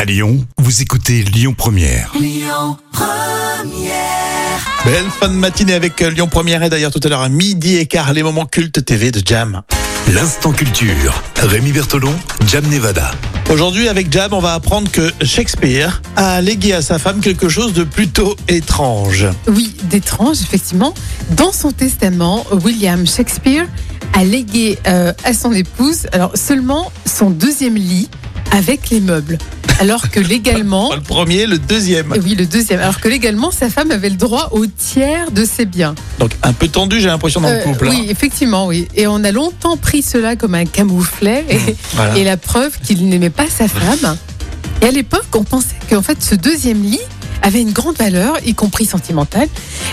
À Lyon, vous écoutez Lyon Première. Belle fin de matinée avec euh, Lyon Première et d'ailleurs tout à l'heure à midi et quart les moments cultes TV de Jam. L'instant culture. Rémi Bertolon, Jam Nevada. Aujourd'hui avec Jam on va apprendre que Shakespeare a légué à sa femme quelque chose de plutôt étrange. Oui, d'étrange, effectivement. Dans son testament, William Shakespeare a légué euh, à son épouse alors seulement son deuxième lit avec les meubles. Alors que légalement, Pas le premier, le deuxième. Eh oui, le deuxième, alors que légalement, sa femme avait le droit au tiers de ses biens. Donc un peu tendu j'ai l'impression dans le Euh, couple. hein. oui, effectivement, oui. Et on a longtemps pris cela comme un camouflet et, Voilà. et la preuve qu'il n'aimait pas sa femme. Et à l'époque, on pensait qu'en fait, ce deuxième lit avait une grande valeur, y compris sentimentale,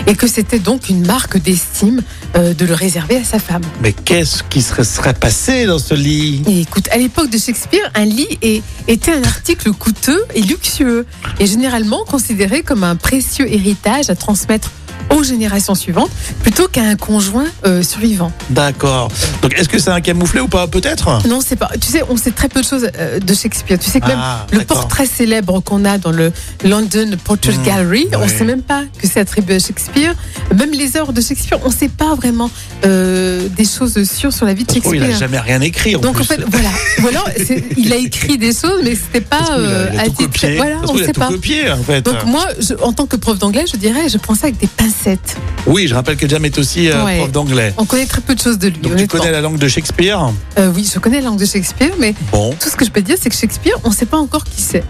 et que c'était donc une marque d'estime euh, de le réserver à sa femme. Mais qu'est-ce qui se serait passé dans ce lit Et écoute, à l'époque de Shakespeare, un lit est- était un article coûteux et luxueux, et généralement considéré comme un précieux héritage à transmettre aux générations suivantes, plutôt qu'à un conjoint euh, survivant. D'accord. Donc est-ce que c'est un camouflet ou pas Peut-être. Non, c'est pas. Tu sais, on sait très peu de choses euh, de Shakespeare. Tu sais que même Ah, le d'accord. portrait célèbre qu'on a dans le London Portrait Mmh, Gallery, on ouais. ne sait même pas que c'est attribué à Shakespeare. Même les œuvres de Shakespeare, on ne sait pas vraiment euh, des choses sûres sur la vie de Oh, il Shakespeare. a jamais rien écrit. En Donc plus. en fait, voilà. Ou alors, c'est- il a écrit des choses, mais c'était Ça se pas trouve, il a- euh, il a tout attitré. copié. Voilà, Ça se on trouve, il a sait tout pas. copié Ah. en fait. Donc moi, je- en tant que prof d'anglais, je dirais, je prends ça avec des pincettes. Oui, je rappelle que Jam est aussi euh, Ouais. prof d'anglais. On connaît très peu de choses de lui. Donc tu honnêtement. connais la langue de Shakespeare Euh, oui, je connais la langue de Shakespeare, mais Bon. tout ce que je peux dire, c'est que Shakespeare, on ne sait pas encore qui c'est.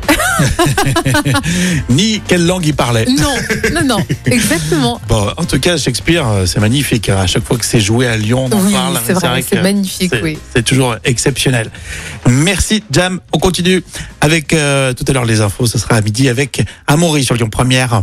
Ni quelle langue il parlait Non, non, non, exactement. Bon, en tout cas, Shakespeare, euh, c'est magnifique. hein. À chaque fois que c'est joué à Lyon, on en Oui, parle. hein. c'est vrai, que c'est magnifique, c'est- oui. C'est toujours exceptionnel. Merci, Jam. On continue avec euh, tout à l'heure les infos. Ce sera à midi avec Amaury sur Lyon Première.